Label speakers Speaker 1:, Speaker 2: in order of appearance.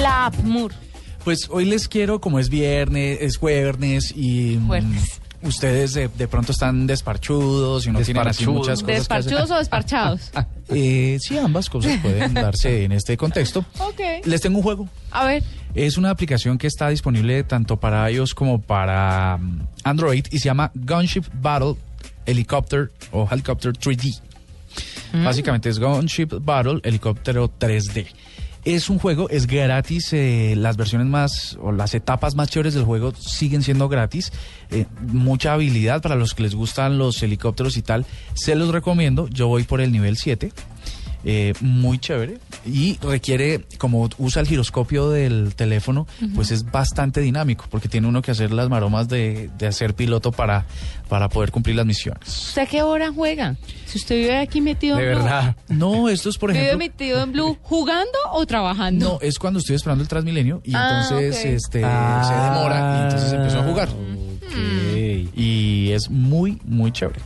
Speaker 1: La APMUR.
Speaker 2: Pues hoy les quiero, como es viernes, es jueves y... mm,
Speaker 1: Jueves.
Speaker 2: Ustedes de, de pronto están desparchudos y no tienen así muchas cosas que hacer.
Speaker 1: ¿Desparchudos o desparchados?
Speaker 2: Eh, sí, ambas cosas pueden darse en este contexto.
Speaker 1: Ok.
Speaker 2: Les tengo un juego.
Speaker 1: A ver.
Speaker 2: Es una aplicación que está disponible tanto para iOS como para mm, Android y se llama Gunship Battle Helicopter o Helicopter 3D. Básicamente es Gunship Battle Helicóptero 3D. Es un juego, es gratis, eh, las versiones más o las etapas más chéveres del juego siguen siendo gratis. eh, mucha habilidad para los que les gustan los helicópteros y tal. Se los recomiendo, yo voy por el nivel 7. eh, muy chévere y requiere, como usa el giroscopio del teléfono, pues es bastante dinámico porque tiene uno que hacer las maromas de, de hacer piloto para, para poder cumplir las misiones.
Speaker 1: ¿Usted a qué hora juega? Si usted vive aquí metido en Blue.
Speaker 2: No, esto es por
Speaker 1: ¿Vive
Speaker 2: ejemplo...
Speaker 1: metido en Blue jugando o trabajando?
Speaker 2: No, es cuando estoy esperando el Transmilenio y
Speaker 1: Ah,
Speaker 2: entonces
Speaker 1: ok.
Speaker 2: este se demora y entonces empiezo a jugar. Y es muy, muy chévere.